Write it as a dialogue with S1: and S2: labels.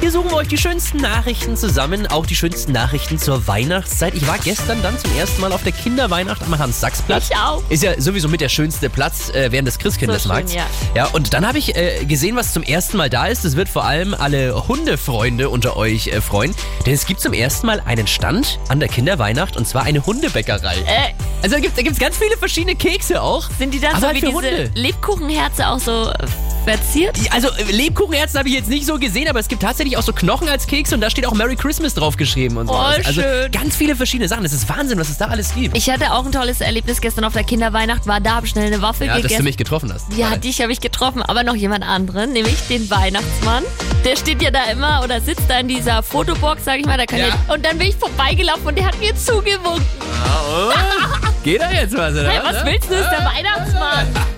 S1: Hier suchen wir euch die schönsten Nachrichten zusammen, auch die schönsten Nachrichten zur Weihnachtszeit. Ich war gestern dann zum ersten Mal auf der Kinderweihnacht am Hans-Sachs-Platz.
S2: Ich auch.
S1: Ist ja sowieso mit der schönste Platz äh, während des Christkindlesmarkts.
S2: So schön,
S1: ja. und dann habe ich äh, gesehen, was zum ersten Mal da ist. Das wird vor allem alle Hundefreunde unter euch äh, freuen, denn es gibt zum ersten Mal einen Stand an der Kinderweihnacht und zwar eine Hundebäckerei.
S2: Äh,
S1: Also da gibt es ganz viele verschiedene Kekse auch.
S2: sind die dann
S1: Aber
S2: so
S1: halt
S2: wie
S1: für
S2: diese
S1: Hunde.
S2: Lebkuchenherze auch so äh, verziert?
S1: Also äh, Lebkuchenherzen habe ich jetzt nicht so gesehen, aber es gibt tatsächlich auch so Knochen als Kekse und da steht auch Merry Christmas draufgeschrieben und so.
S2: Oh,
S1: also
S2: schön.
S1: ganz viele verschiedene Sachen. Es ist Wahnsinn, was es da alles gibt.
S2: Ich hatte auch ein tolles Erlebnis gestern auf der Kinderweihnacht, war da, hab schnell eine Waffel
S1: ja, dass du
S2: gegessen.
S1: mich getroffen hast.
S2: Ja,
S1: Geil.
S2: dich habe ich getroffen, aber noch jemand anderen, nämlich den Weihnachtsmann. Der steht ja da immer oder sitzt da in dieser Fotobox, sag ich mal. Da kann
S1: Ja.
S2: ja. Und dann bin ich vorbeigelaufen und der hat mir zugewunken.
S1: Geht da Ah, jetzt was, oder?
S2: Hey, was willst du, ist der Weihnachtsmann.